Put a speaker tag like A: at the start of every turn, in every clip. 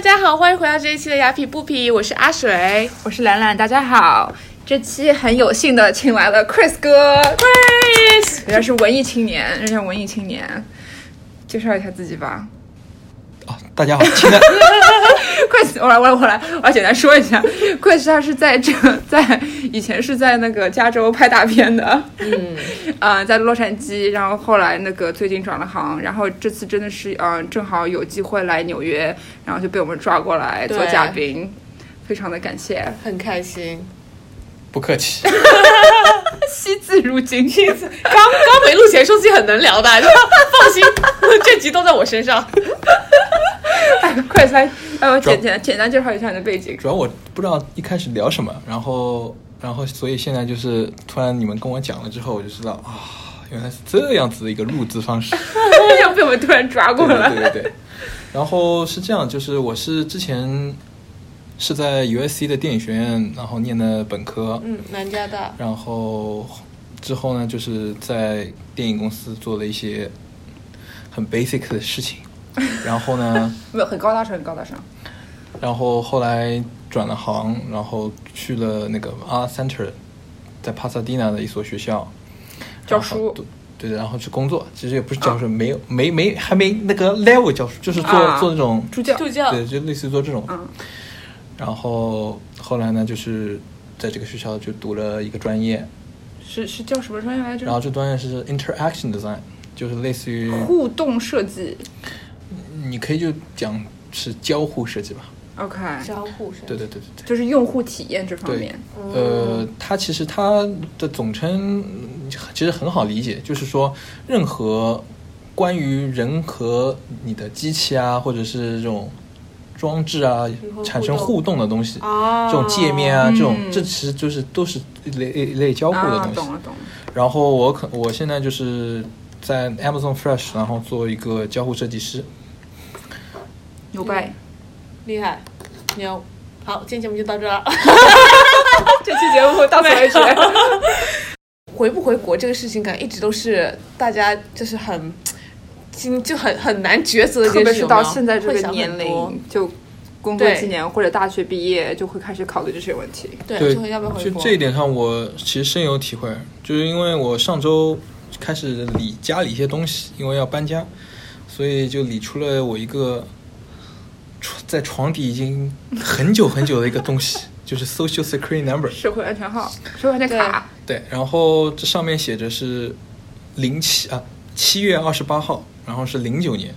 A: 家好，欢迎回到这一期的雅痞不痞，我是阿水。
B: 我是兰兰，大家好。这期很有幸的请来了 Chris 哥，
A: Chris，
B: 人家是文艺青年，人家文艺青年，介绍一下自己吧。
C: 啊，大家好，现在
B: Chris，我来，我来，我来，我来简单说一下，Chris 他是在这在以前是在那个加州拍大片的，
A: 嗯，
B: 呃，在洛杉矶，然后后来那个最近转了行，然后这次真的是呃，正好有机会来纽约，然后就被我们抓过来做
A: 对
B: 嘉宾，非常的感谢，
A: 很开心。
C: 不客气，
B: 惜字如金。
A: 刚刚没录前说自己很能聊的，就放心，这集都在我身上。
B: 快来，让我简
C: 转
B: 简简单介绍一下你的背景。
C: 主要我不知道一开始聊什么，然后然后所以现在就是突然你们跟我讲了之后，我就知道啊，原来是这样子的一个录制方式。
B: 又被我们突然抓过
C: 对对
B: 来。
C: 对对对。然后是这样，就是我是之前是在 USC 的电影学院，然后念的本科，
A: 嗯，南加大，
C: 然后之后呢，就是在电影公司做了一些很 basic 的事情，然后呢。
B: 没有很高大上，很高大上。
C: 然后后来转了行，然后去了那个 Art Center，在帕萨蒂娜的一所学校
B: 教书
C: 然后对，对然后去工作，其实也不是教书，没有没没还没那个 level 教书，就是做、
B: 啊
C: 做那种
B: 助教
A: 助教
C: 对，就类似于做这种。
B: 嗯
C: 然后后来呢，就是在这个学校就读了一个专业，
B: 是是叫什么专业来着
C: 然？后这专业是 Interaction Design，就是类似于
B: 互动设计。
C: 你可以就讲是交互设计吧，
B: OK，
A: 交互生
C: 对对对对对。
B: 就是用户体验这方
C: 对
B: 面。
C: 呃，它其实它的总称嗯其实很好理解，就是说任何关于人和你的机器啊，或者是这种装置啊
A: 如何
C: 产生
A: 互
C: 互动的东西，
A: 啊
C: 这种界面啊，
B: 嗯
C: 这种这其实就是都是一类一类交互的
B: 啊
C: 东，西。
B: 懂了懂了。
C: 然后我可我现在就是在 Amazon Fresh，然后做一个交互设计师。
B: 牛掰！
A: 厉害，牛。好，今天节目就到这儿。
B: 这期节目到此为止。
A: 回不回国这个事情，感觉一直都是大家就是很，就就很很难抉择的 一
B: 特
A: 件
B: 别
A: 事，
B: 是
A: 有没
B: 到
A: 有
B: 现在这
A: 会
B: 个
A: 想
B: 年
A: 很多
B: 龄，就工作
A: 对
B: 几年或者大学毕业，就会开始考虑这些问题。
A: 对，
C: 对，
A: 就会要不要回
C: 就
A: 国？
C: 这一点上，我其实深有体会，就是因为我上周开始理家里一些东西，因为要搬家，所以就理出了我一个床在床底已经很久很久的一个东西， 就是 Social Security Number。
B: 社会安全号、社会安全卡，
C: 对，然后这上面写着是零七啊，七月二十八号，然后是零九年，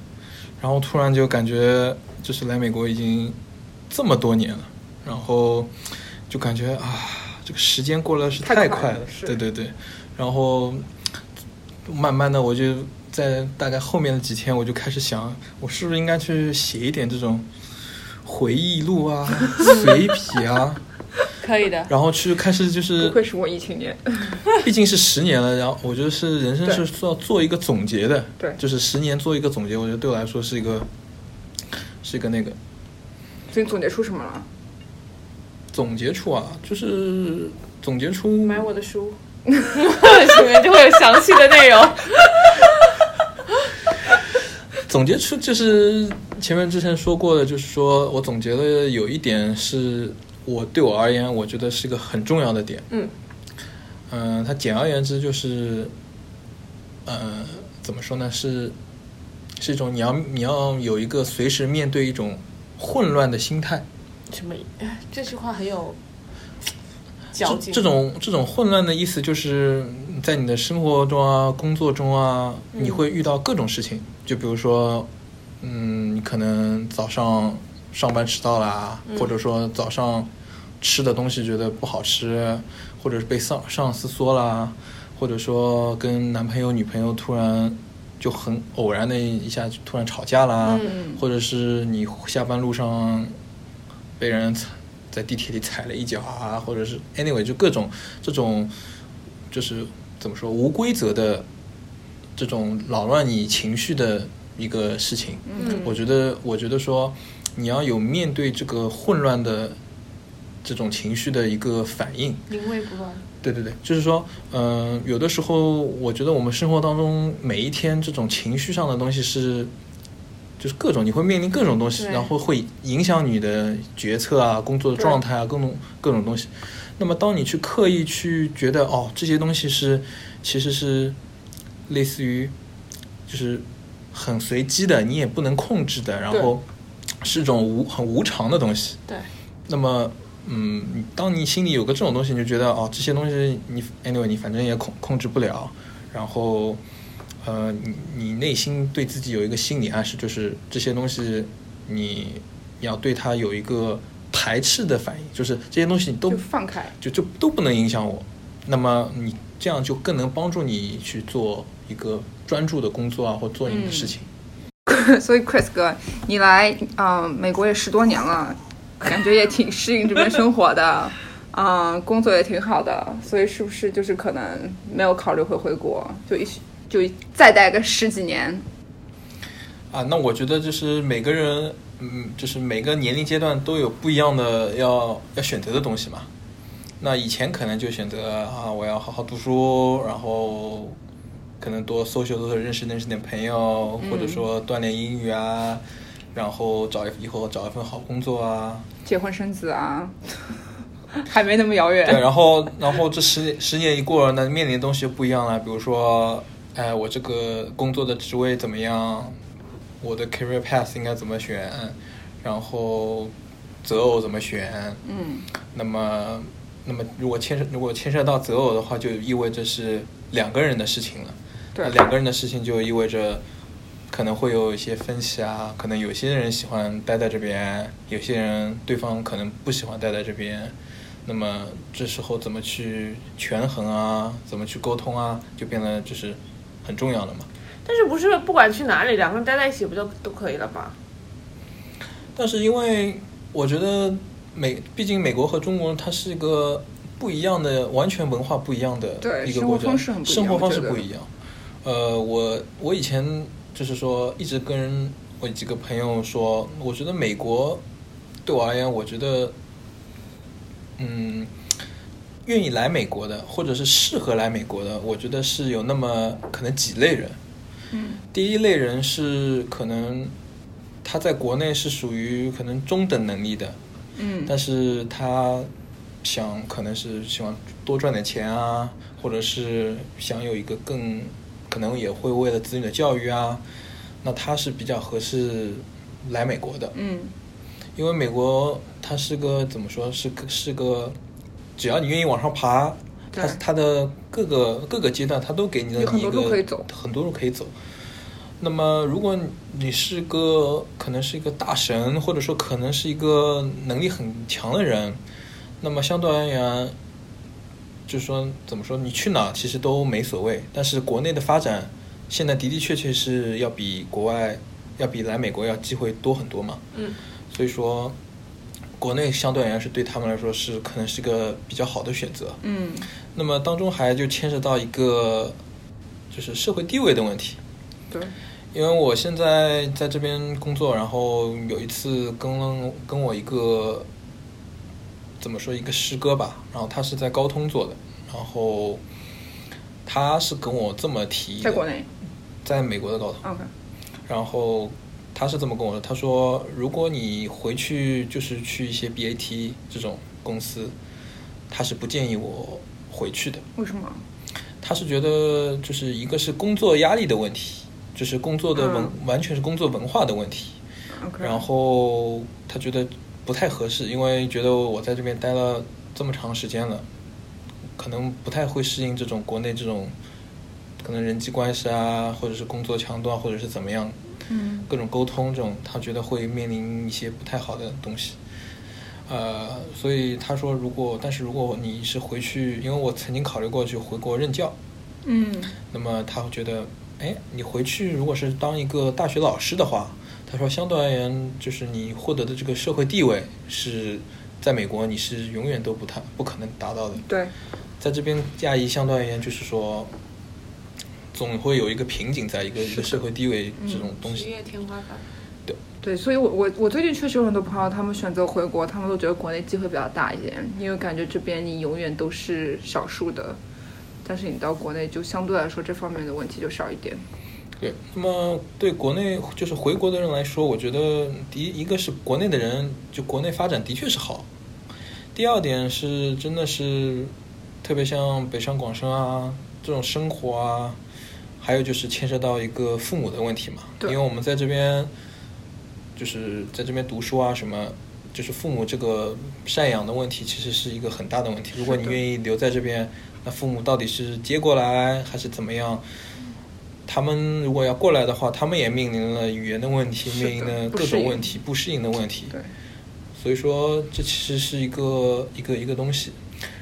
C: 然后突然就感觉就是来美国已经这么多年了，然后就感觉啊，这个时间过得是
B: 太快
C: 太
B: 了
C: 了，
B: 是
C: 对对对，然后慢慢的我就在大概后面的几天，我就开始想，我是不是应该去写一点这种回忆 录啊、随笔啊，
A: 可以的。
C: 然后去开始就是
B: 不愧是文艺青年。
C: 毕竟是十年了，然后我觉得是人生
B: 对
C: 是需要做一个总结的，
B: 对
C: 就是十年做一个总结，我觉得对我来说是一个是一个那个
B: 所以总结出什么了？
C: 总结出啊，就是总结出
A: 买我的 书，里面就会有详细的内容。
C: 总结出就是前面之前说过的，就是说我总结的有一点是我对我而言，我觉得是一个很重要的点，
A: 嗯
C: 嗯、它简而言之就是，呃，怎么说呢？是是一种你要你要有一个随时面对一种混乱的心态。
A: 什么？这句话很有
C: 这
A: 嚼劲。
C: 这种这种混乱的意思就是在你的生活中啊、工作中啊，
A: 嗯
C: 你会遇到各种事情。就比如说，嗯，你可能早上上班迟到啦，
A: 嗯
C: 或者说早上吃的东西觉得不好吃，或者是被上上司说啦，或者说跟男朋友、女朋友突然。就很偶然的一下就突然吵架啦，
A: 嗯
C: 或者是你下班路上被人踩在地铁里踩了一脚啊，或者是 anyway 就各种这种就是怎么说无规则的这种扰乱你情绪的一个事情。
A: 嗯
C: 我觉得，我觉得说你要有面对这个混乱的这种情绪的一个反应。
A: 临危不乱。
C: 对对对，就是说，嗯、有的时候我觉得我们生活当中每一天这种情绪上的东西是，就是各种你会面临各种东西，
A: 对
C: 然后会影响你的决策啊、工作的状态啊、各种各种东西。那么当你去刻意去觉得哦，这些东西是其实是类似于就是很随机的，你也不能控制的，然
B: 对
C: 后是种无很无常的东西。
A: 对，
C: 那么，嗯，你当你心里有个这种东西，你就觉得哦，这些东西你 anyway 你反正也控控制不了，然后，呃，你你内心对自己有一个心理暗示，就是这些东西你你要对它有一个排斥的反应，就是这些东西你都
B: 就放开。
C: 就就都不能影响我。那么你这样就更能帮助你去做一个专注的工作啊，或做你的事情。
B: 所以 Chris 哥，你来嗯、呃美国也十多年了，感觉也挺适应这边生活的，嗯、工作也挺好的，所以是不是就是可能没有考虑会回国，就一就再待个十几年？
C: 啊，那我觉得就是每个人，嗯，就是每个年龄阶段都有不一样的要要选择的东西嘛。那以前可能就选择啊，我要好好读书，然后可能多 social 多认识认识点朋友，或者说锻炼英语啊，然后找一以后找一份好工作啊。
B: 结婚生子啊， 还没那么遥
C: 对，啊
B: 远。
C: 然后 然后这十十年一过了，那面临的东西就不一样了。比如说，哎，我这个工作的职位怎么样？我的 career path 应该怎么选？然后择偶怎么选？
B: 嗯，
C: 那么，那么如果牵涉如果牵涉到择偶的话，就意味着是两个人的事情了。
B: 对
C: 那啊两个人的事情就意味着可能会有一些分歧啊，可能有些人喜欢待在这边，有些人对方可能不喜欢待在这边。那么这时候怎么去权衡啊？怎么去沟通啊？就变得就是很重要了嘛。
A: 但是不是不管去哪里，两个人待在一起不就都可以了吧？
C: 但是因为我觉得美，毕竟美国和中国它是一个不一样的，完全文化不一样的
B: 对
C: 一个
B: 生活
C: 国家，
B: 方式很不一样
C: 生活方式
B: 我觉得
C: 不一样。呃，我我以前就是说一直跟我几个朋友说，我觉得美国对我而言，我觉得嗯，愿意来美国的，或者是适合来美国的，我觉得是有那么可能几类人。
B: 嗯，
C: 第一类人是可能他在国内是属于可能中等能力的，
B: 嗯，
C: 但是他想可能是希望多赚点钱啊，或者是想有一个更可能也会为了子女的教育啊，那他是比较合适来美国的。
B: 嗯，
C: 因为美国它是个怎么说是个是个，只要你愿意往上爬，
B: 对
C: 它它的各个各个阶段它都给你了
B: 有很
C: 你一
B: 多
C: 个
B: 路可以走
C: 很多路可以走。那么，如果你是个可能是一个大神，或者说可能是一个能力很强的人，那么相对而言，就是说怎么说，你去哪其实都没所谓。但是国内的发展现在的的确确是要比国外要比来美国要机会多很多嘛。
A: 嗯，
C: 所以说，国内相对而言是对他们来说是可能是个比较好的选择。
B: 嗯，
C: 那么当中还就牵涉到一个就是社会地位的问题，
B: 对，
C: 因为我现在在这边工作，然后有一次跟跟我一个怎么说一个师哥吧，然后他是在高通做的，然后他是跟我这么提的，
B: 在国内
C: 在美国的高通。
B: ，OK，
C: 然后他是这么跟我说，他说如果你回去就是去一些 BAT 这种公司，他是不建议我回去的。
B: 为什么？
C: 他是觉得就是一个是工作压力的问题，就是工作的文、
B: 嗯
C: 完全是工作文化的问题。
B: OK，
C: 然后他觉得不太合适，因为觉得我在这边待了这么长时间了，可能不太会适应这种国内这种可能人际关系啊，或者是工作强度啊，或者是怎么样，
B: 嗯
C: 各种沟通这种，他觉得会面临一些不太好的东西。呃，所以他说，如果但是如果你是回去，因为我曾经考虑过去回国任教，
B: 嗯
C: 那么他会觉得，哎，你回去如果是当一个大学老师的话，他说相对而言，就是你获得的这个社会地位是在美国你是永远都不太不可能达到的。
B: 对，
C: 在这边亚裔相对而言，就是说，总会有一个瓶颈在一个一个社会地位这种东
A: 职
C: 西。
A: 业天花板。
B: 对，所以我我我最近确实有很多朋友，他们选择回国，他们都觉得国内机会比较大一点，因为感觉这边你永远都是少数的，但是你到国内就相对来说这方面的问题就少一点。
C: 对，那么对国内就是回国的人来说，我觉得第一一个是国内的人，就国内发展的确是好。第二点是真的是，特别像北上广深啊这种生活啊，还有就是牵涉到一个父母的问题嘛，因
B: 对
C: 为我们在这边就是在这边读书啊什么。就是父母这个赡养的问题，其实是一个很大的问题。如果你愿意留在这边，那父母到底是接过来还是怎么样？他们如果要过来的话，他们也面临了语言的问题，
B: 是的
C: 面临了
B: 不
C: 各
B: 适
C: 种
B: 应
C: 问题，不适应的问题。
B: 对，
C: 所以说，这其实是一个一个一个东西。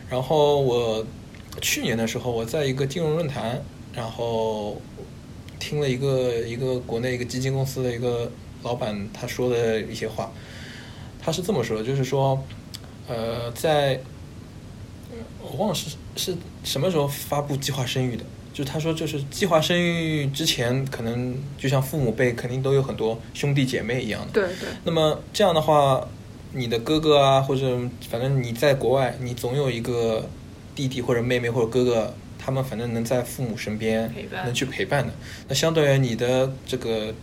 C: 然后我去年的时候，我在一个金融论坛，然后听了一个一个国内一个基金公司的一个老板他说的一些话，他是这么说的，就是说，呃，在我忘了是是什么时候发布计划生育的，就他说就是计划生育之前，可能就像父母辈肯定都有很多兄弟姐妹一样的，
B: 对对
C: 那么这样的话，你的哥哥啊，或者反正你在国外，你总有一个弟弟或者妹妹或者哥哥，他们反正能在父母身边
A: 陪伴
C: 能去陪伴的。那相对于你的这个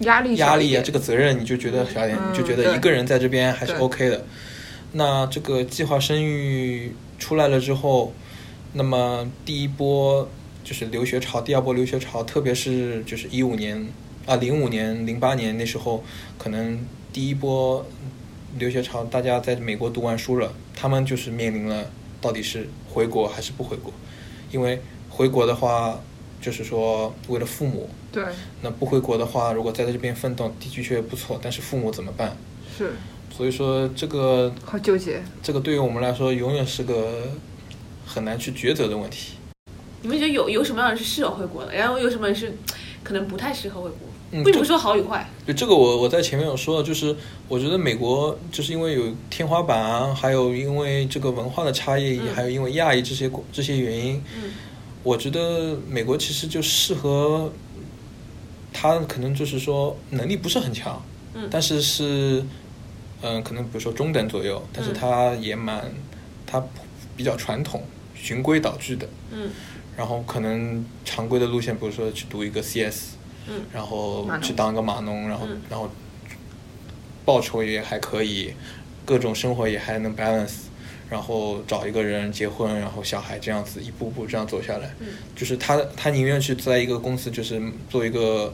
B: 压力
C: 压
B: 小一
C: 力啊，
B: 点
C: 这个责任，你就觉得小一点，
B: 嗯
C: 你就觉得一个人在这边还是
B: 对
C: OK 的。那这个计划生育出来了之后，那么第一波就是留学潮，第二波留学潮，特别是就是一五年啊，零五年、零八年那时候，可能第一波留学潮，大家在美国读完书了，他们就是面临了到底是回国还是不回国，因为回国的话，就是说为了父母，
B: 对
C: 那不回国的话，如果在这边奋斗，的确不错，但是父母怎么办？
B: 是
C: 所以说，这个
B: 好纠结。
C: 这个对于我们来说，永远是个很难去抉择的问题。
A: 你们觉得有有什么样的人是适合回国的，然后有什么人是可能不太适合回国？
C: 嗯
A: 不一定
C: 这
A: 说好与坏，
C: 对这个我我在前面有说到，就是我觉得美国就是因为有天花板啊，还有因为这个文化的差异，
A: 嗯
C: 还有因为亚裔这些这些原因，
A: 嗯，
C: 我觉得美国其实就适合他，可能就是说能力不是很强，
A: 嗯
C: 但是是嗯、呃可能比如说中等左右，但是
A: 嗯
C: 他也蛮他比较传统，循规蹈矩的，
A: 嗯
C: 然后可能常规的路线，比如说去读一个 CS，
A: 嗯
C: 然后
B: 码农
C: 去当个码农，然后、
A: 嗯
C: 然后报酬也还可以，各种生活也还能 balance，然后找一个人结婚，然后小孩这样子一步步这样走下来，
A: 嗯
C: 就是他他宁愿去在一个公司就是做一个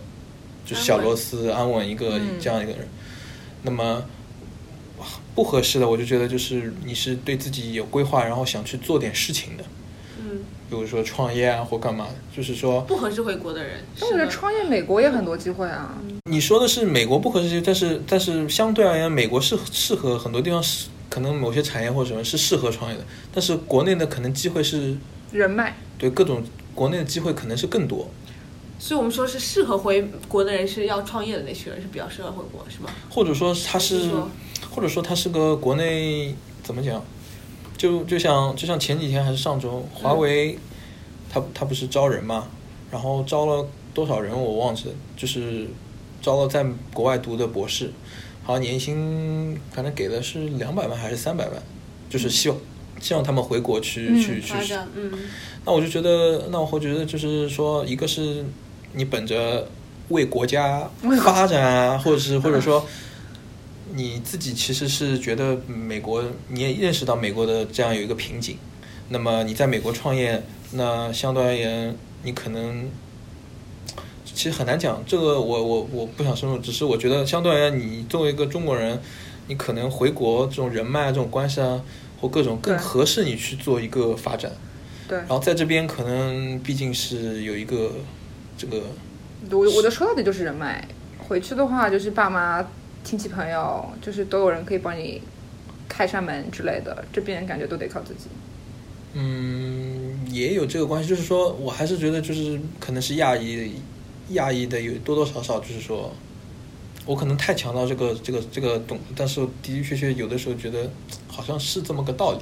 C: 就是小
A: 安稳
C: 螺丝安稳一个、
B: 嗯
C: 这样一个人，那么。不合适的，我就觉得就是你是对自己有规划，然后想去做点事情的，
A: 嗯，
C: 比如说创业啊或干嘛，就是说
A: 不合适回国的人，
B: 但我觉得
A: 是的
B: 创业美国也很多机会啊，
C: 你说的是美国不合适，但是但是相对而言，美国是适合很多地方是可能某些产业或者什么是适合创业的，但是国内的可能机会是
B: 人脉
C: 对各种国内的机会可能是更多。
A: 所以我们说是适合回国的人是要创业的那群人是比较适合回国，是吗？
C: 或者说它
A: 还
C: 是
A: 是说，
C: 或者说它是个国内怎么讲，就就像就像前几天还是上周，华为，它它不是招人嘛，然后招了多少人我忘记了，就是招了在国外读的博士，好像年薪反正给的是两百万还是三百万，就是希望希望他们回国去、
B: 嗯
C: 去去
A: 发展，嗯
C: 那我就觉得，那我会觉得就是说，一个是你本着为国家发展啊，或者是或者说你自己其实是觉得美国，你也认识到美国的这样有一个瓶颈。那么你在美国创业，那相对而言，你可能其实很难讲。这个我我我不想深入，只是我觉得相对而言，你作为一个中国人，你可能回国这种人脉啊、这种关系啊，或各种更
B: 对
C: 合适你去做一个发展。
B: 对。
C: 然后在这边可能毕竟是有一个这个，
B: 我我的说到底就是人脉，回去的话就是爸妈、亲戚朋友，就是都有人可以帮你开扇门之类的，这边感觉都得靠自己。
C: 嗯，也有这个关系。就是说我还是觉得就是可能是亚裔，亚裔的有多多少少就是说，我可能太强调这个这个这个懂，但是的的确确有的时候觉得好像是这么个道理。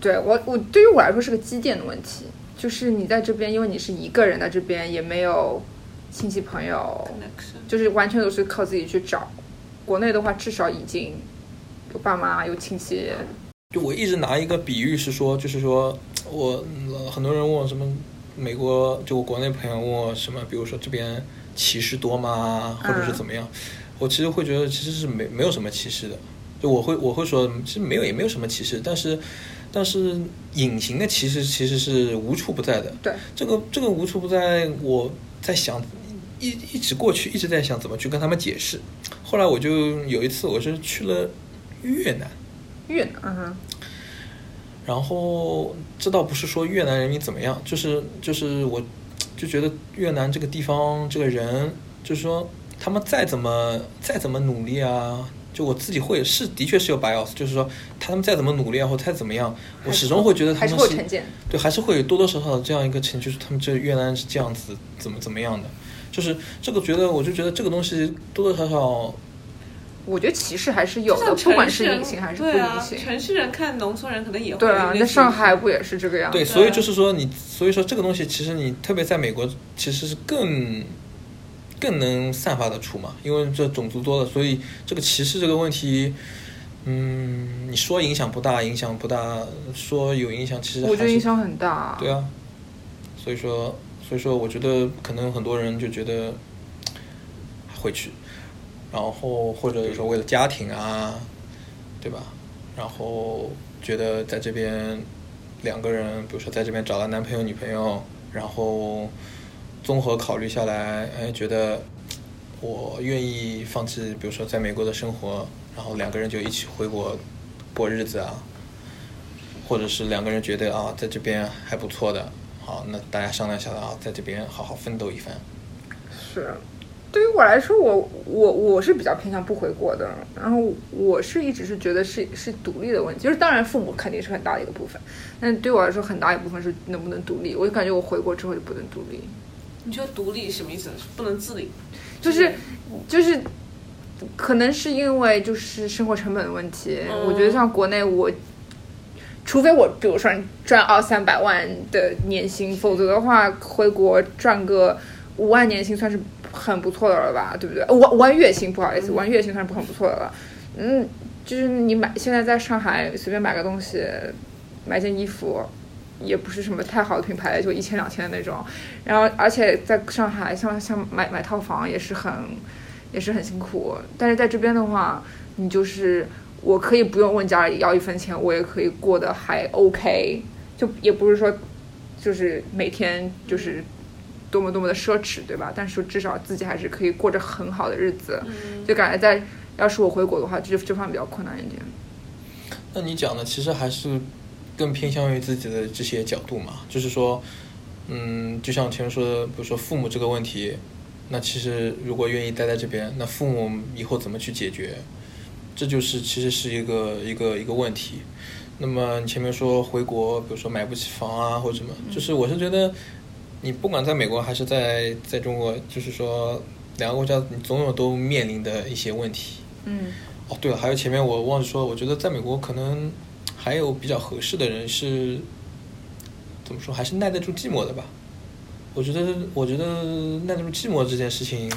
B: 对我，我对于我来说是个积淀的问题，就是你在这边，因为你是一个人在这边，也没有亲戚朋友，
A: ，connection，
B: 就是完全都是靠自己去找。国内的话，至少已经有爸妈、有亲戚，
C: 呃就我一直拿一个比喻是说，就是说我嗯很多人问我什么美国就我国内朋友问我什么，比如说这边歧视多吗，或者是怎么样，我其实会觉得其实是没没有什么歧视的，就我会我会说其实没有也没有什么歧视，但是但是隐形的歧视其实是无处不在的。
B: 对，
C: 这个这个无处不在，我在想一一直过去一直在想怎么去跟他们解释，后来我就有一次我是去了越南。
B: 越南，嗯哼，
C: 然后这倒不是说越南人民怎么样，就是就是我就觉得越南这个地方这个人，就是说他们再怎么再怎么努力啊，就我自己会是的确是有 bias，就是说他们再怎么努力啊或再怎么样，我始终会觉得他
B: 还
C: 们
B: 是
C: 是
B: 会有成见。
C: 对，还是会有多多少少的这样一个情，就是他们这越南是这样子，怎么怎么样的，就是这个觉得我就觉得这个东西多多少少
B: 我觉得歧视还是有的，
A: 像
B: 不管
A: 城
B: 是
A: 市人
B: 隐形还是不
A: 对啊
B: 隐，形。
A: 城市人看农村人可能也会
B: 对啊
A: 有，类
B: 那
A: 似
B: 上
A: 于
B: 海不也是这个样？
C: 对，
A: 对
C: 所以就是说你，所以说这个东西，其实你特别在美国，其实是更更能散发得出嘛，因为这种族多了，所以这个歧视这个问题，嗯，你说影响不大，影响不大，说有影响，其实
B: 我
C: 还
B: 觉得影
C: 是
B: 响很大。
C: 对啊，所以说，所以说，我觉得可能很多人就觉得回去，然后或者有时候为了家庭啊，对吧？然后觉得在这边两个人，比如说在这边找了男朋友、女朋友，然后综合考虑下来，哎，觉得我愿意放弃，比如说在美国的生活，然后两个人就一起回国过日子啊，或者是两个人觉得啊，在这边还不错的，好，那大家商量下来啊，在这边好好奋斗一番。
B: 是，对于我来说，我我我是比较偏向不回国的。然后我是一直是觉得是是独立的问题，就是当然父母肯定是很大的一个部分，但是对我来说很大一部分是能不能独立。我就感觉我回国之后就不能独立，
A: 你觉得独立什么意思？是不能自理，
B: 就是就是。可能是因为就是生活成本的问题，
A: 嗯
B: 我觉得像国内我，除非我比如说赚二三百万的年薪，否则的话回国赚个五万年薪算是很不错的了吧，对不呃对？五万五万月薪，不好意思，五万月薪算是很不错的了。嗯，就是你买现在在上海随便买个东西，买件衣服，也不是什么太好的品牌，就一千两千的那种。然后而且在上海像像买买套房也是很也是很辛苦，但是在这边的话，你就是我可以不用问家里要一分钱，我也可以过得还 OK，就也不是说就是每天就是多么多么的奢侈，对吧？但是至少自己还是可以过着很好的日子，就感觉在要是我回国的话，这这方面比较困难一点。
C: 那你讲的其实还是更偏向于自己的这些角度嘛，就是说，嗯，就像前面说的，比如说父母这个问题，那其实如果愿意待在这边，那父母以后怎么去解决，这就是其实是一个一个一个问题。那么你前面说回国，比如说买不起房啊或者什么，就是我是觉得，你不管在美国还是在在中国，就是说两个国家你总有都面临的一些问题。
B: 嗯，
C: 哦，对了，还有前面我忘记说，我觉得在美国可能还有比较合适的人是怎么说，还是耐得住寂寞的吧。我觉得，我觉得耐得住寂寞这件事情，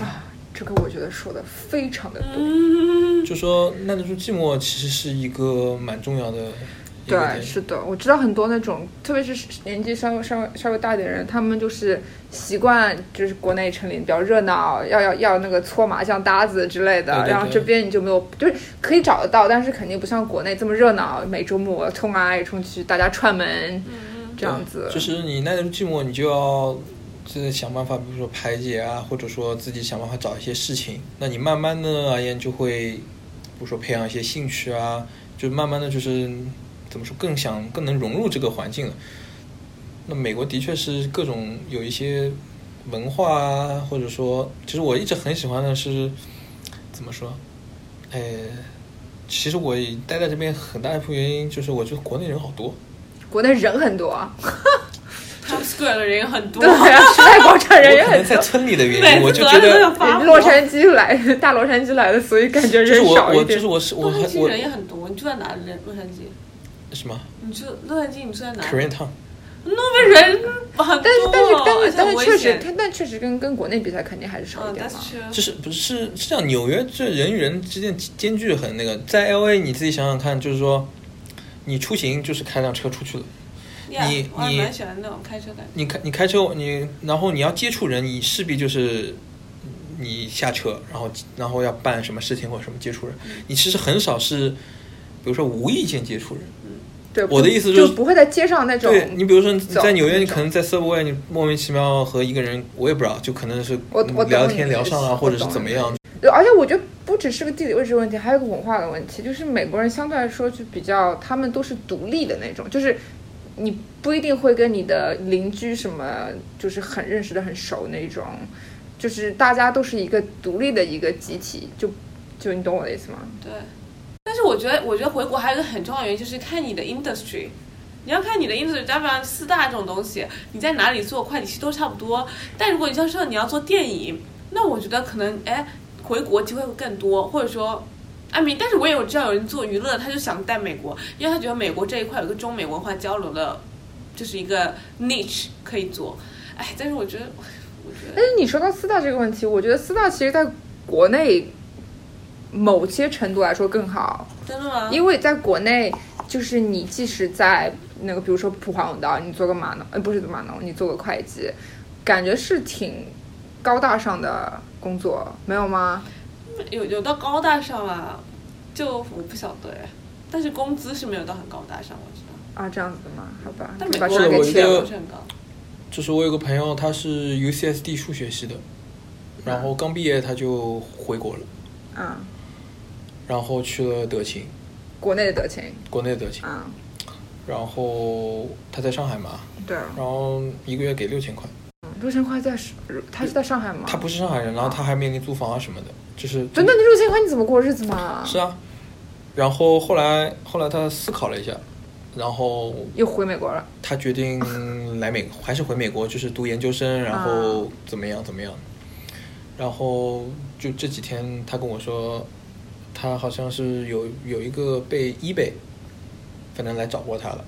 B: 这个我觉得说的非常的对。嗯
C: 就说耐得住寂寞其实是一个蛮重要的一个
B: 对，
C: 点。
B: 是的，我知道很多那种，特别是年纪稍微稍微稍微大一点的人，他们就是习惯就是国内城里比较热闹，要要要那个搓麻将搭子之类的，
C: 对对对
B: 然后这边你就没有，就是可以找得到，但是肯定不像国内这么热闹，每周末冲来冲去，大家串门、这样子。
C: 嗯就是你耐得住寂寞，你就要就是想办法，比如说排解啊，或者说自己想办法找一些事情。那你慢慢的而言，就会比如说培养一些兴趣啊，就慢慢的就是怎么说，更想更能融入这个环境了。那美国的确是各种有一些文化啊，或者说，其实我一直很喜欢的是怎么说，呃，其实我也待在这边很大一部分原因就是我觉得国内人好多。
B: 国内人很多，
A: Times Square 的人很多
B: 对，啊，时代广场人也
C: 我可能
B: 很
C: 在
B: 多，
C: 村里的原
A: 每
C: 因，我
A: 次
C: 就
A: 得
C: 觉
A: 来都
C: 得哎
A: 要发火。
B: 洛杉矶来大洛杉矶来的，所以感觉
C: 就是
B: 人
C: 我
B: 少
C: 我
B: 一
C: 就
B: 点
C: 是。我是我
A: 洛
C: 还
A: 杉矶
C: 我
A: 人也很多，你住在哪里？洛杉矶？
C: 什么
A: 你住洛杉矶？你住在哪
C: Korean Town，
A: 那边人很多，
B: 但是但是但是
A: 而且
B: 但
A: 很
B: 是
A: 危
B: 确实
A: 险，
B: 它但确实跟跟国内比起来肯定还是少一
A: 嗯，
B: 点
A: 但
B: 嘛。
A: 是确
C: 就是不是是这样？纽约这人与人之间间距很那个，在 L A 你自己想想看，就是说你出行就是开辆车出去了，
A: 呀
C: 你
A: 我还
C: 你
A: 蛮喜欢那种开车感觉。
C: 你开你开车，你然后你要接触人，你势必就是你下车，然后然后要办什么事情或者什么接触人，
B: 嗯
C: 你其实很少是，比如说无意间接触人。
B: 对，
C: 我的意思
B: 就
C: 就是
B: 不会在街上那种。
C: 对你，比如说你
B: 走
C: 在纽约，
B: 那
C: 你
B: 种
C: 可能在 Subway，你莫名其妙和一个人，我也不知道，就可能是
B: 我我懂
C: 聊
B: 你
C: 天
B: 的
C: 聊
B: 意
C: 上
B: 思
C: 了，或
B: 我
C: 者是
B: 懂
C: 怎么
B: 你
C: 样，
B: 对呃而且我觉得不只是个地理位置问题，还有一个文化的问题，就是美国人相对来说就比较，他们都是独立的那种，就是你不一定会跟你的邻居什么就是很认识的很熟那种，就是大家都是一个独立的一个集体，就就你懂我的意思吗？
A: 对，但是我觉得，我觉得回国还有一个很重要的原因，就是看你的 industry。你要看你的 industry，要不然四大这种东西，你在哪里做会计其实都差不多。但如果你像说你要做电影，那我觉得可能哎，回国机会会更多，或者说。艾米，但是我也有知道有人做娱乐，他就想在美国，因为他觉得美国这一块有个中美文化交流的，就是一个 niche 可以做。哎，但是我觉得，我觉得
B: 但是你说到四大这个问题，我觉得四大其实在国内某些程度来说更好，
A: 真的吗？
B: 因为在国内，就是你即使在那个，比如说普华永道，你做个码农，呃，不是码农，你做个会计，感觉是挺高大上的工作，没有吗？
A: 有有到高大上啊，就我不晓得哎，但是工资是没有到很高大上，我知道。
B: 啊，这样子的吗？好吧，
A: 但
B: 就
A: 美
B: 把
A: 国
B: 这个给
A: 的工
C: 我
A: 资
B: 切
C: 觉
A: 也
C: 得
B: 了。
A: 不是很高。
C: 就是我有个朋友，他是 UCSD 数学系的，然后刚毕业他就回国了，
B: 啊，
C: 然后去了德勤，
B: 国内的德勤，
C: 国内的德勤，
B: 啊，
C: 然后他在上海嘛，
B: 对啊，
C: 然后一个月给六千块，
B: 陆千块在是，他是在上海吗？
C: 他不是上海人，然后他还面临租房啊什么的，就是
B: 对，那你陆千块你怎么过日子嘛？
C: 是啊，然后后来后来他思考了一下，然后
B: 又回美国了，
C: 他决定来美，还是回美国，就是读研究生，然后怎么样怎么样。然后就这几天，他跟我说，他好像是有有一个被 eBay，反正来找过他了，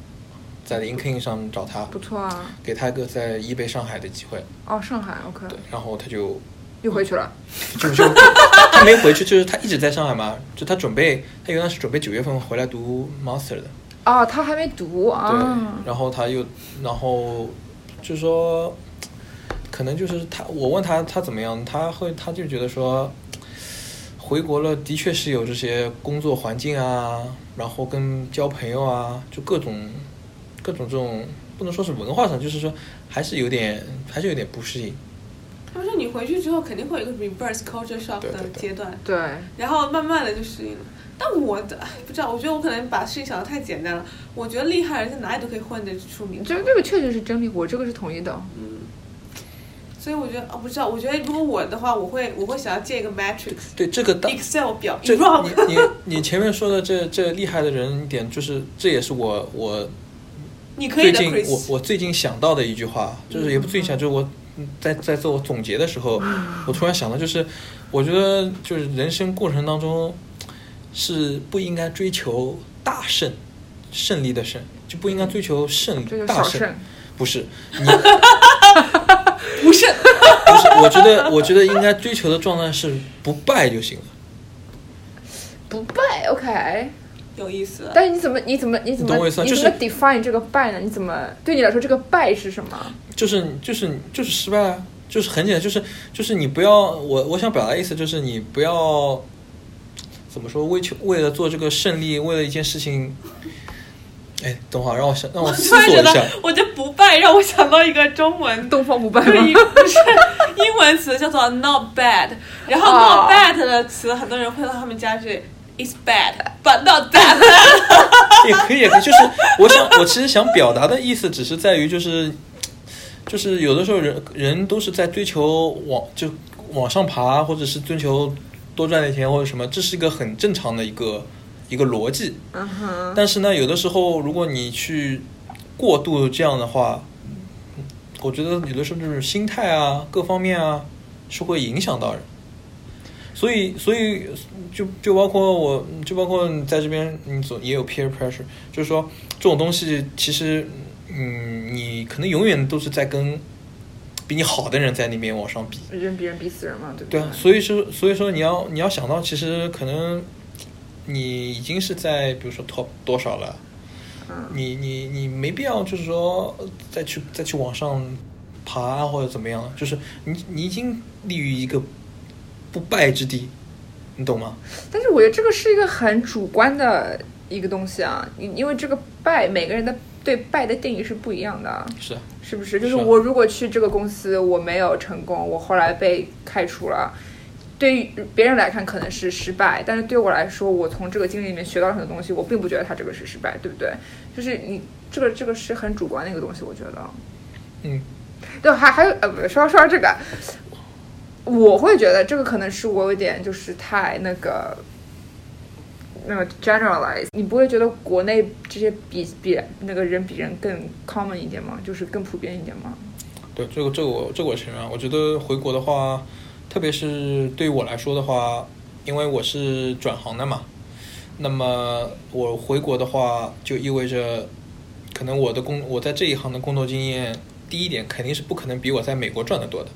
C: 在 LinkedIn 上找他，
B: 不错啊。
C: 给他一个在 eBay 上海的机会。
B: 哦，上海，OK，
C: 对，然后他就
B: 又回去了。
C: 就就 他没回去，就是他一直在上海嘛，就他准备，他原来是准备九月份回来读 master 的，
B: 哦，他还没读啊
C: 对，。然后他又，然后就说，可能就是他，我问他他怎么样，他会他就觉得说，回国了的确是有这些工作环境啊，然后跟交朋友啊，就各种各种这种不能说是文化上，就是说还是有点还是有点不适应。
A: 他们说你回去之后肯定会有一个 reverse culture shock
C: 对对
A: 的
C: 对
A: 阶段，
B: 对，
A: 然后慢慢的就适应了。但我的哎不知道，我觉得我可能把事情想的太简单了。我觉得厉害人在哪里都可以混得出名堂
B: 这，这个确实是真理，我这个是同意的。
A: 所以我觉得啊、不知道，我觉得如果我的话，我会我会想要建一个 matrix
C: 对这个当
A: Excel 表
C: 这你
A: rock
C: 你你前面说的这这厉害的人一点，就是这也是我我
A: 你可
C: 最
A: 以的
C: 近我
A: Chris，
C: 我最近想到的一句话，就是也不最近想，就是我嗯在在做我总结的时候，我突然想到，就是我觉得就是人生过程当中是不应该追求大胜，胜利的胜，就不应该追求胜
B: 这就是
C: 大
B: 小
C: 胜
B: 胜，，
C: 不是你不是不是，我觉得我觉得应该追求的状态是不败就行了。
B: 不败，OK。
A: 有意思了。
B: 但是你怎么你怎么你怎
C: 你
B: 么
C: 懂我意思啊
B: 你
C: 就是
B: 怎么 define 这个败呢？你怎么对你来说这个败是什么？
C: 就是就是就是失败啊，就是很简单，就是就是你不要我我想表达的意思就是你不要怎么说为求为了做这个胜利，为了一件事情，哎，等会儿让我想让我思
A: 突然
C: 索
A: 觉
C: 一下
A: 得，，我觉得不败让我想到一个中文
B: 东方不败
A: 对，
B: 吗？
A: 不是英文词叫做 not bad，然后
B: 哦
A: not bad 的词很多人会到他们加句 is bad but not bad。
C: 也可以也可以，就是我想我其实想表达的意思只是在于就是就是有的时候人人都是在追求往就往上爬，或者是追求多赚点钱或者什么，这是一个很正常的一个一个逻辑，
B: 嗯哼，
C: 但是呢，有的时候如果你去过度这样的话，我觉得有的时候就是心态啊，各方面啊，是会影响到人。所以，所以就就包括我，就包括你在这边，你总也有 peer pressure，就是说这种东西其实，嗯，你可能永远都是在跟比你好的人在那边往上比。
B: 人比人比死人嘛，对不
C: 对
B: 对
C: 啊，所以说，所以说你要你要想到，其实可能你已经是在比如说 top 多少了，你你你没必要就是说呃再去再去往上爬啊或者怎么样了，就是你你已经立于一个不败之地，你懂吗？
B: 但是我觉得这个是一个很主观的一个东西啊，因因为这个败，每个人的对败的定义是不一样的啊，
C: 是啊，
B: 是不是？就是是我如果去这个公司，我没有成功，我后来被开除了。对于别人来看可能是失败，但是对我来说，我从这个经历里面学到了很多东西，我并不觉得他这个是失败，对不对？就是你这个这个是很主观的一个东西，我觉得。
C: 嗯，
B: 对，还还有呃，不说说到这个，我会觉得这个可能是我有点就是太那个那个 generalize。你不会觉得国内这些比比那个人比人更 common 一点吗？就是更普遍一点吗？
C: 对，这个这个我这个我承认啊，我觉得回国的话，特别是对于我来说的话，因为我是转行的嘛，那么我回国的话，就意味着可能我的工我在这一行的工作经验，第一点肯定是不可能比我在美国赚的多的。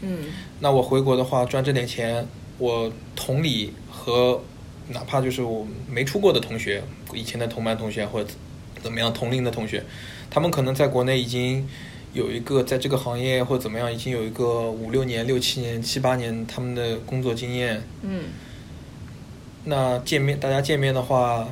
B: 嗯
C: 那我回国的话，赚这点钱，我同理和哪怕就是我没出过的同学，以前的同班同学或者怎么样同龄的同学，他们可能在国内已经有一个在这个行业或者怎么样，已经有一个五六年、六七年、七八年他们的工作经验。
B: 嗯
C: 那见面，大家见面的话，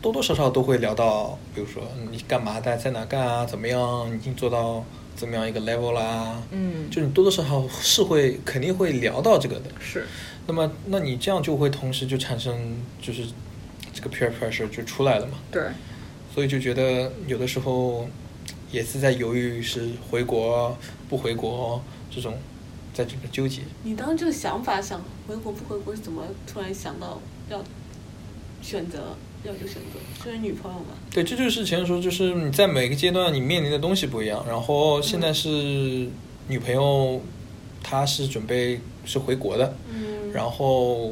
C: 多多少少都会聊到，比如说你干嘛的，在哪干啊，怎么样，你已经做到怎么样一个 level 啦，
B: 嗯，
C: 就你多多少少是会肯定会聊到这个的。
B: 是
C: 那么，那你这样就会同时就产生就是这个 peer pressure 就出来了嘛，
B: 对，
C: 所以就觉得有的时候也是在犹豫是回国不回国这种在这个纠结。
A: 你当时这个想法想回国不回国是怎么突然想到要选择要就选择，就是女朋友嘛？
C: 对，这就是前面说，就是你在每个阶段你面临的东西不一样。然后现在是女朋友，她是准备是回国的，
A: 嗯
C: 然后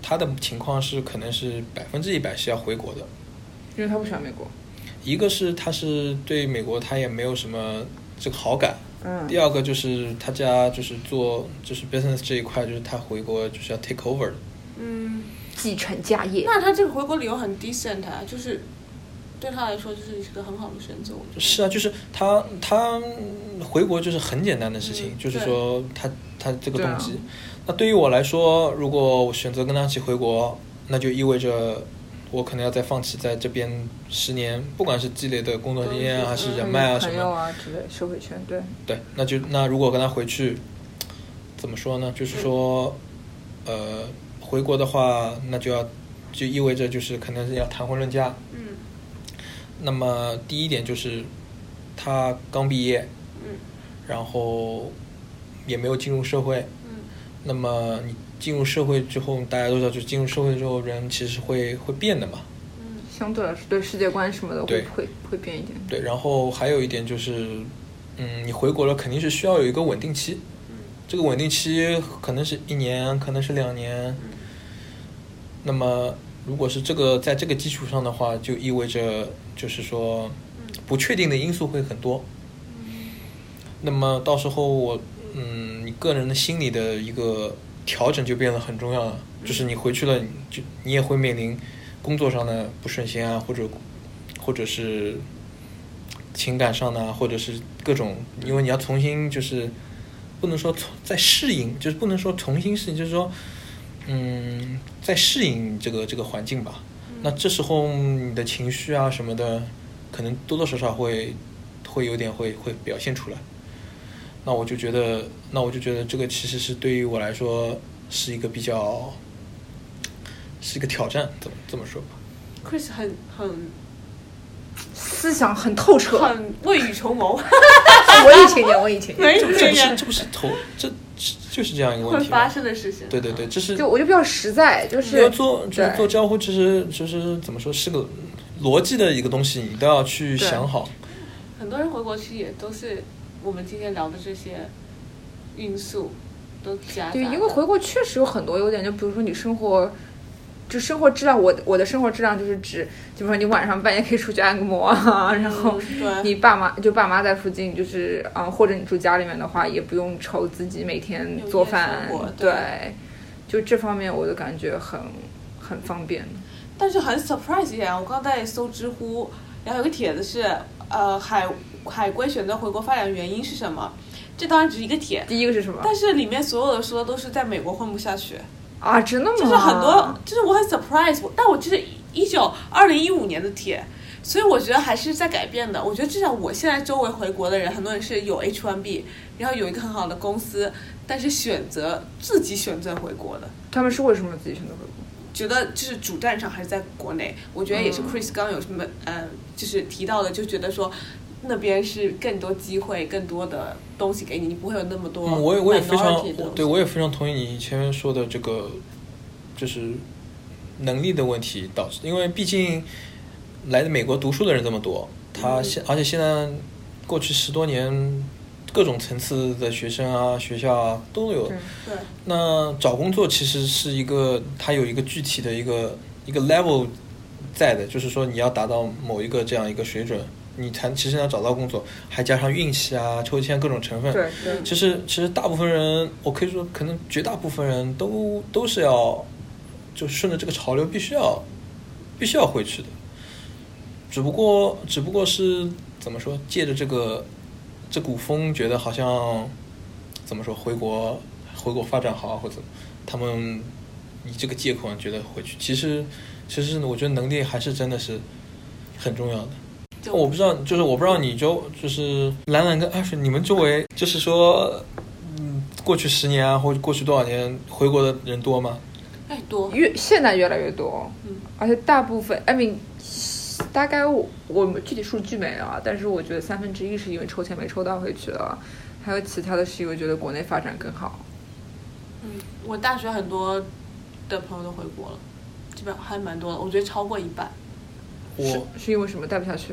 C: 她的情况是可能是百分之一百是要回国的，
B: 因为他不喜欢美国。
C: 一个是他是对美国他也没有什么这个好感，
B: 嗯，
C: 第二个就是他家就是做就是 business 这一块，就是他回国就是要 take over 的。
A: 嗯，
B: 继承家业。
A: 那他这个回国理由很 decent 啊，就是对他来说就是一个很好的选择，我觉得。
C: 是啊，就是他他回国就是很简单的事情，
A: 嗯
C: 就是
A: 对
C: 说他他这个
B: 对啊
C: 动机。那对于我来说，如果我选择跟他一起回国，那就意味着我可能要再放弃在这边十年，不管是积累的工作经验啊，还是人脉啊什
B: 朋
C: 么
B: 友
C: 的。
B: 啊之类，社会圈对，
C: 对，那就那如果跟他回去，怎么说呢？就是说，呃，回国的话，那就要就意味着就是可能是要谈婚论嫁。
A: 嗯
C: 那么第一点就是他刚毕业，
A: 嗯
C: 然后也没有进入社会。
A: 嗯
C: 那么你进入社会之后，大家都知道，就进入社会之后，人其实会会变的嘛。
A: 嗯
B: 相对来说对世界观什么的会
C: 对
B: 会会变一点。
C: 对，然后还有一点就是，嗯，你回国了肯定是需要有一个稳定期。
A: 嗯
C: 这个稳定期可能是一年，可能是两年。
A: 嗯
C: 那么，如果是这个在这个基础上的话，就意味着就是说
A: 嗯
C: 不确定的因素会很多。那么到时候我，嗯，你个人的心理的一个调整就变得很重要了。就是你回去了，你就你也会面临工作上的不顺心啊，或者或者是情感上的啊，或者是各种，因为你要重新就是不能说重再适应，就是不能说重新适应，就是说，嗯，再适应这个这个环境吧。那这时候你的情绪啊什么的，可能多多少少会会有点会会表现出来。那我就觉得，那我就觉得这个其实是对于我来说是一个比较，是一个挑战，怎么这么说吧？
A: ，Chris 很很
B: 思想很透彻。
A: 很未雨绸缪，
B: 我以前也，我以前也。
A: 没
C: 这这
A: 这
C: 不是
A: 样
C: 这不是头，这这就是这样一个问
A: 会
C: 题
A: 发
C: 吗。
A: 生的事情。
C: 对对对，这 是
B: 就我就比较实在，就
C: 你要
B: 是
C: 做就是
B: 对
C: 做交互，其实就是怎么说是个逻辑的一个东西，你都要去
B: 对
C: 想好。
A: 很多人回国去也都是我们今天聊的这些因素都夹杂。
B: 对，因为回国确实有很多优点，就比如说你生活，就生活质量，我我的生活质量就是指，就比如说你晚上半夜可以出去按个摩啊，然后
A: 嗯对
B: 你爸妈就爸妈在附近，就是啊、呃或者你住家里面的话，也不用愁自己每天
A: 有
B: 做
A: 夜
B: 饭
A: 生活，
B: 对
A: 对，
B: 就这方面我的感觉很很方便。
A: 但是很 surprise 呀！我刚在搜知乎，然后有个帖子是，呃，海海归选择回国发展原因是什么？这当然只是一个帖，
B: 第一个是什么？
A: 但是里面所有的说的都是在美国混不下去，
B: 啊，真的吗？
A: 就是很多，就是我很 surprise，我但我这是一九二零一五年的帖，所以我觉得还是在改变的。我觉得至少我现在周围回国的人，很多人是有 H1B，然后有一个很好的公司，但是选择自己选择回国的。
B: 他们是为什么自己选择回国？
A: 觉得就是主战场还是在国内，我觉得也是
B: 嗯
A: Chris 刚刚有什么呃，就是提到的，就觉得说那边是更多机会、更多的东西给你，你不会有那么多 minority 的
C: 嗯，
A: 东西。
C: 我也我也非常我对我也非常同意你前面说的这个，就是能力的问题导致，因为毕竟来美国读书的人这么多，
B: 嗯
C: 他现、而且现在过去十多年各种层次的学生啊、学校啊都有，
B: 对
A: 对
C: 那找工作其实是一个，它有一个具体的一个一个 level 在的，就是说你要达到某一个这样一个水准，你才其实要找到工作，还加上运气啊、抽签各种成分。
B: 对对，
C: 其实其实大部分人，我可以说，可能绝大部分人都都是要，就顺着这个潮流，必须要必须要回去的。只不过只不过是怎么说，借着这个这股风，觉得好像怎么说，回国回国发展好啊，或者他们以这个借口觉得回去，其实其实我觉得能力还是真的是很重要的。
A: 就
C: 我不知道，就是我不知道你周就是兰兰跟阿水，你们周围就是说，嗯，过去十年啊，或者过去多少年回国的人多吗？
A: 太多，
B: 越现在越来越多，
A: 嗯
B: 而且大部分，I mean，大概我我们具体数据没有啊，但是我觉得三分之一是因为抽签没抽到回去了，还有其他的是因为觉得国内发展更好。
A: 嗯，我大学很多的朋友都回国了，基本上还蛮多的，我觉得超过一半。
B: 是
C: 我
B: 是因为什么待不下去？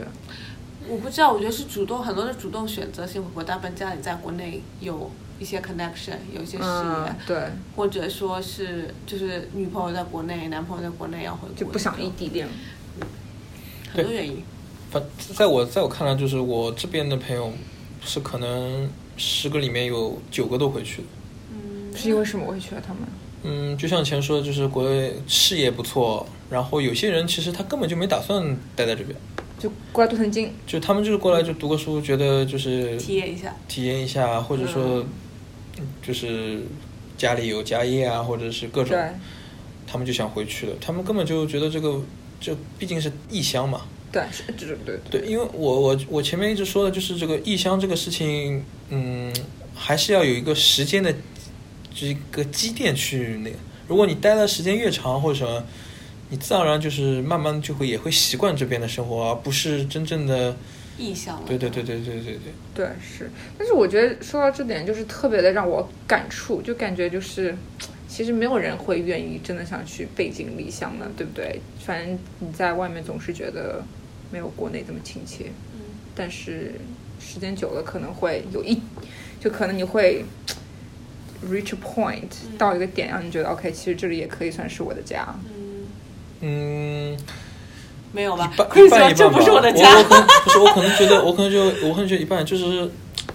A: 我不知道，我觉得是主动，很多是主动选择性回国，大部分家里在国内有一些 connection，有一些事业，
B: 嗯，对，
A: 或者说是就是女朋友在国内，男朋友在国内要回国，
B: 就不想异地恋。
A: 很多原因。
C: 反在我在我看来，就是我这边的朋友是可能十个里面有九个都回去了。
A: 嗯，
B: 是因为什么会选他们？
C: 嗯，就像以前说的，就是国内视野不错，然后有些人其实他根本就没打算待在这边，
B: 就过来镀层金，
C: 就他们就是过来就读个书，觉得就是
A: 体验一下，
C: 体验一下，或者说就是家里有家业啊，或者是各种，
B: 对，
C: 他们就想回去了。他们根本就觉得这个，这毕竟是异乡嘛。
B: 对，是，就是对，
C: 对，因为我我我前面一直说的就是这个异乡这个事情，嗯，还是要有一个时间的这一个积淀去那个。如果你待的时间越长或者什么，你自然而然就是慢慢就会也会习惯这边的生活，而不是真正的。
A: 意向了。
C: 对对对对对对对。
B: 对，是，但是我觉得说到这点，就是特别的让我感触，就感觉就是，其实没有人会愿意真的想去背井离乡的，对不对？反正你在外面总是觉得没有国内这么亲切，
A: 嗯，
B: 但是时间久了可能会有一，就可能你会 reach a point
A: 嗯
B: 到一个点，让你觉得 OK，其实这里也可以算是我的家。
A: 嗯，
C: 嗯，
A: 没有
C: 一
A: 吧
C: 半
A: ？Chris
C: 一半一半
A: 说这
C: 吧
A: 不是我的家，
C: 我可能不是，我可能觉得，我可能就我可能觉得一半，就是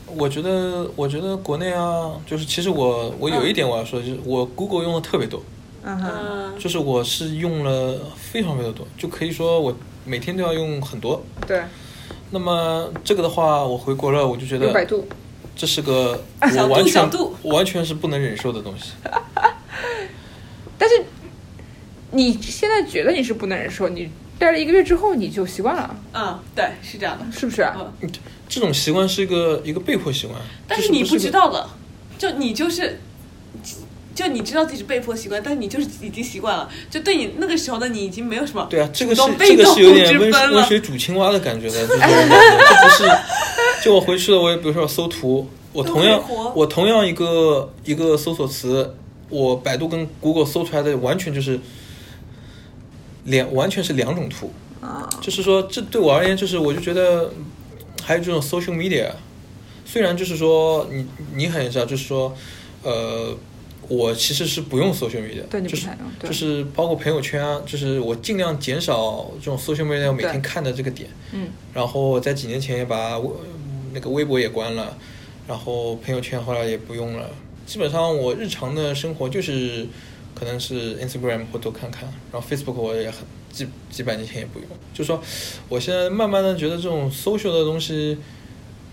C: 我觉得，我觉得国内啊，就是其实我我有一点我要说，就是我 Google 用的特别多，
B: 嗯哼，
A: 嗯，
C: 就是我是用了非常非常多，就可以说我每天都要用很多。
B: 对，
C: 那么这个的话，我回国了，我就觉
B: 用百
C: 得
B: 度，
C: 这是个
A: 小
C: 我
A: 度
C: 完
A: 小
C: 全
A: 度
C: 我完全是不能忍受的东西。
B: 但是你现在觉得你是不能忍受，你待了一个月之后你就习惯了，
A: 嗯，对，是这 样的。
B: 是不啊是？
A: 嗯，
C: 这种习惯是一个一个被迫习惯，
A: 但
C: 这
A: 是你
C: 不
A: 不
C: 是
A: 知
C: 个
A: 道的，就你就是，就你知道自己是被迫习惯，但是你就是已经习惯了，就对你那个时候的你已经没有什么
C: 对啊，这个是
A: 主动
C: 这
A: 被
C: 个
A: 动
C: 是有点
A: 之
C: 温
A: 分
C: 温
A: 了。
C: 水煮青蛙的感觉的， 就是这不是。就我回去了，我也比如说我搜图，我
A: 都
C: 同
A: 会
C: 样
A: 活
C: 我同样一个一个搜索词，我百度跟 Google 搜出来的完全就是两完全是两种图，
B: 啊，
C: 就是说这对我而言就是我就觉得嗯还有这种 social media，虽然就是说你你很知道，就是说呃我其实是不用 social media，
B: 对你不
C: 就是
B: 太用对
C: 就是包括朋友圈啊，就是我尽量减少这种 social media 每天看的这个点。
B: 嗯，
C: 然后在几年前也把微那个微博也关了，然后朋友圈后来也不用了。基本上我日常的生活就是可能是 Instagram 会多看看，然后 Facebook 我也很几几百年前也不用。就说我现在慢慢的觉得这种 social 的东西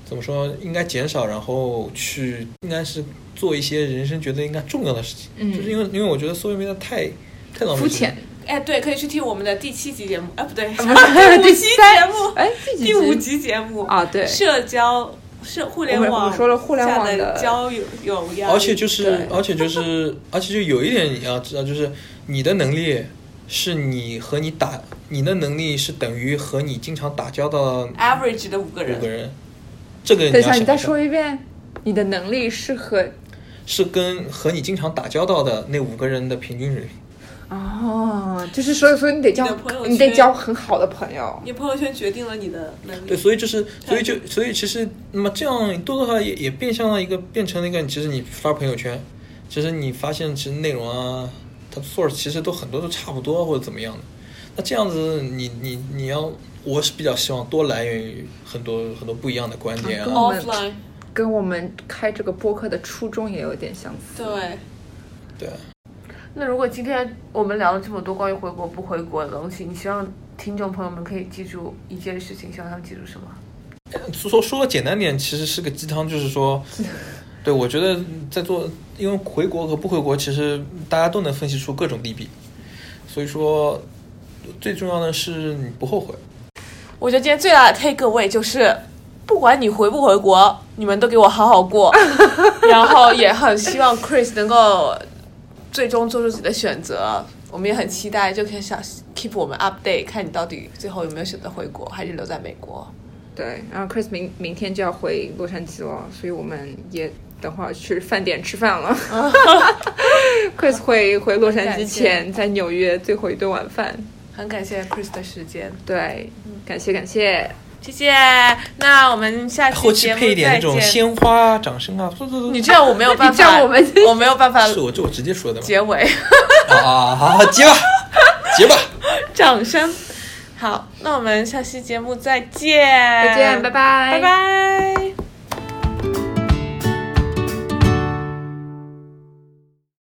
C: 怎么说应该减少，然后去应该是做一些人生觉得应该重要的事情，
B: 嗯
C: 就是因为因为我觉得 social media 太太浪费
B: 肤
C: 时间
B: 浅。。
A: 哎，对，可以去听我们的第七集节目，啊，不对，第
B: 第
A: 五期节目，
B: 哎，第几
A: 第五集节目
B: 啊对
A: 社交社互联
B: 我
A: 网，
B: 们说了互联网
A: 下
B: 的
A: 的交友友谊，
C: 而且就
B: 对
C: 是，而且就是，而且就有一点你要知道，就是你的能力是你和你打，你的能力是等于和你经常打交道的
A: average 的五个人
C: 五个，人，这个你
B: 等
C: 要
B: 一下，
C: 想
B: 你
C: 一
B: 再
C: 下
B: 说一遍，你的能力是和
C: 是跟和你经常打交道的那五个人的平均水平。
B: 哦，就是所以所以你得交
A: 你的朋友，圈
B: 你得交很好的朋友。
A: 你朋友圈决定了你的能
C: 对，
A: 力。
C: 所以就是，所以就，所以其实，那么这样多多少少也也变相了一个，变成了一个，其实你发朋友圈，其实你发现其实内容啊，它 source 其实都很多都差不多或者怎么样的。那这样子你，你你要，我是比较希望多来源于很多很多不一样的观点
B: 啊跟
C: 啊。
B: 我们
A: offline，
B: 跟我们开这个播客的初衷也有点相似。
A: 对，
C: 对，
D: 那如果今天我们聊了这么多关于回国不回国的东西，你希望听众朋友们可以记住一件事情，希望他们记住什么？
C: 说说的简单点，其实是个鸡汤，就是 说，对我觉得在做，因为回国和不回国，其实大家都能分析出各种利弊，所以说最重要的是你不后悔。
A: 我觉得今天最大的 take away 就是，不管你回不回国，你们都给我好好 过。然后也很希望 Chris 能够最终做出自己的选择。我们也很期待，就可以想 keep 我们 update，看你到底最后有没有选择回国，还是留在美国。
B: 对，然后 Chris 明明天就要回洛杉矶了，所以我们也等会儿去饭店吃饭了。Chris 会回洛杉矶前在纽约最后一顿晚饭。
A: 很感谢 Chris 的时间，
B: 对，感谢感谢，
A: 谢谢。那我们下期
C: 后期
A: 节目
C: 配一点
A: 再
C: 那种
A: 见。
C: 鲜花、掌声啊，嗖嗖嗖
A: 你这样我没有 办
B: 你这样
A: 法，
B: 我们
A: 我没有办法
C: 是我这我直接说的吗？
A: 结尾。
C: 啊啊，好，好结吧，结吧。
A: 掌声。好，那我们下期节目再见，
B: 再见，拜拜，
A: 拜拜。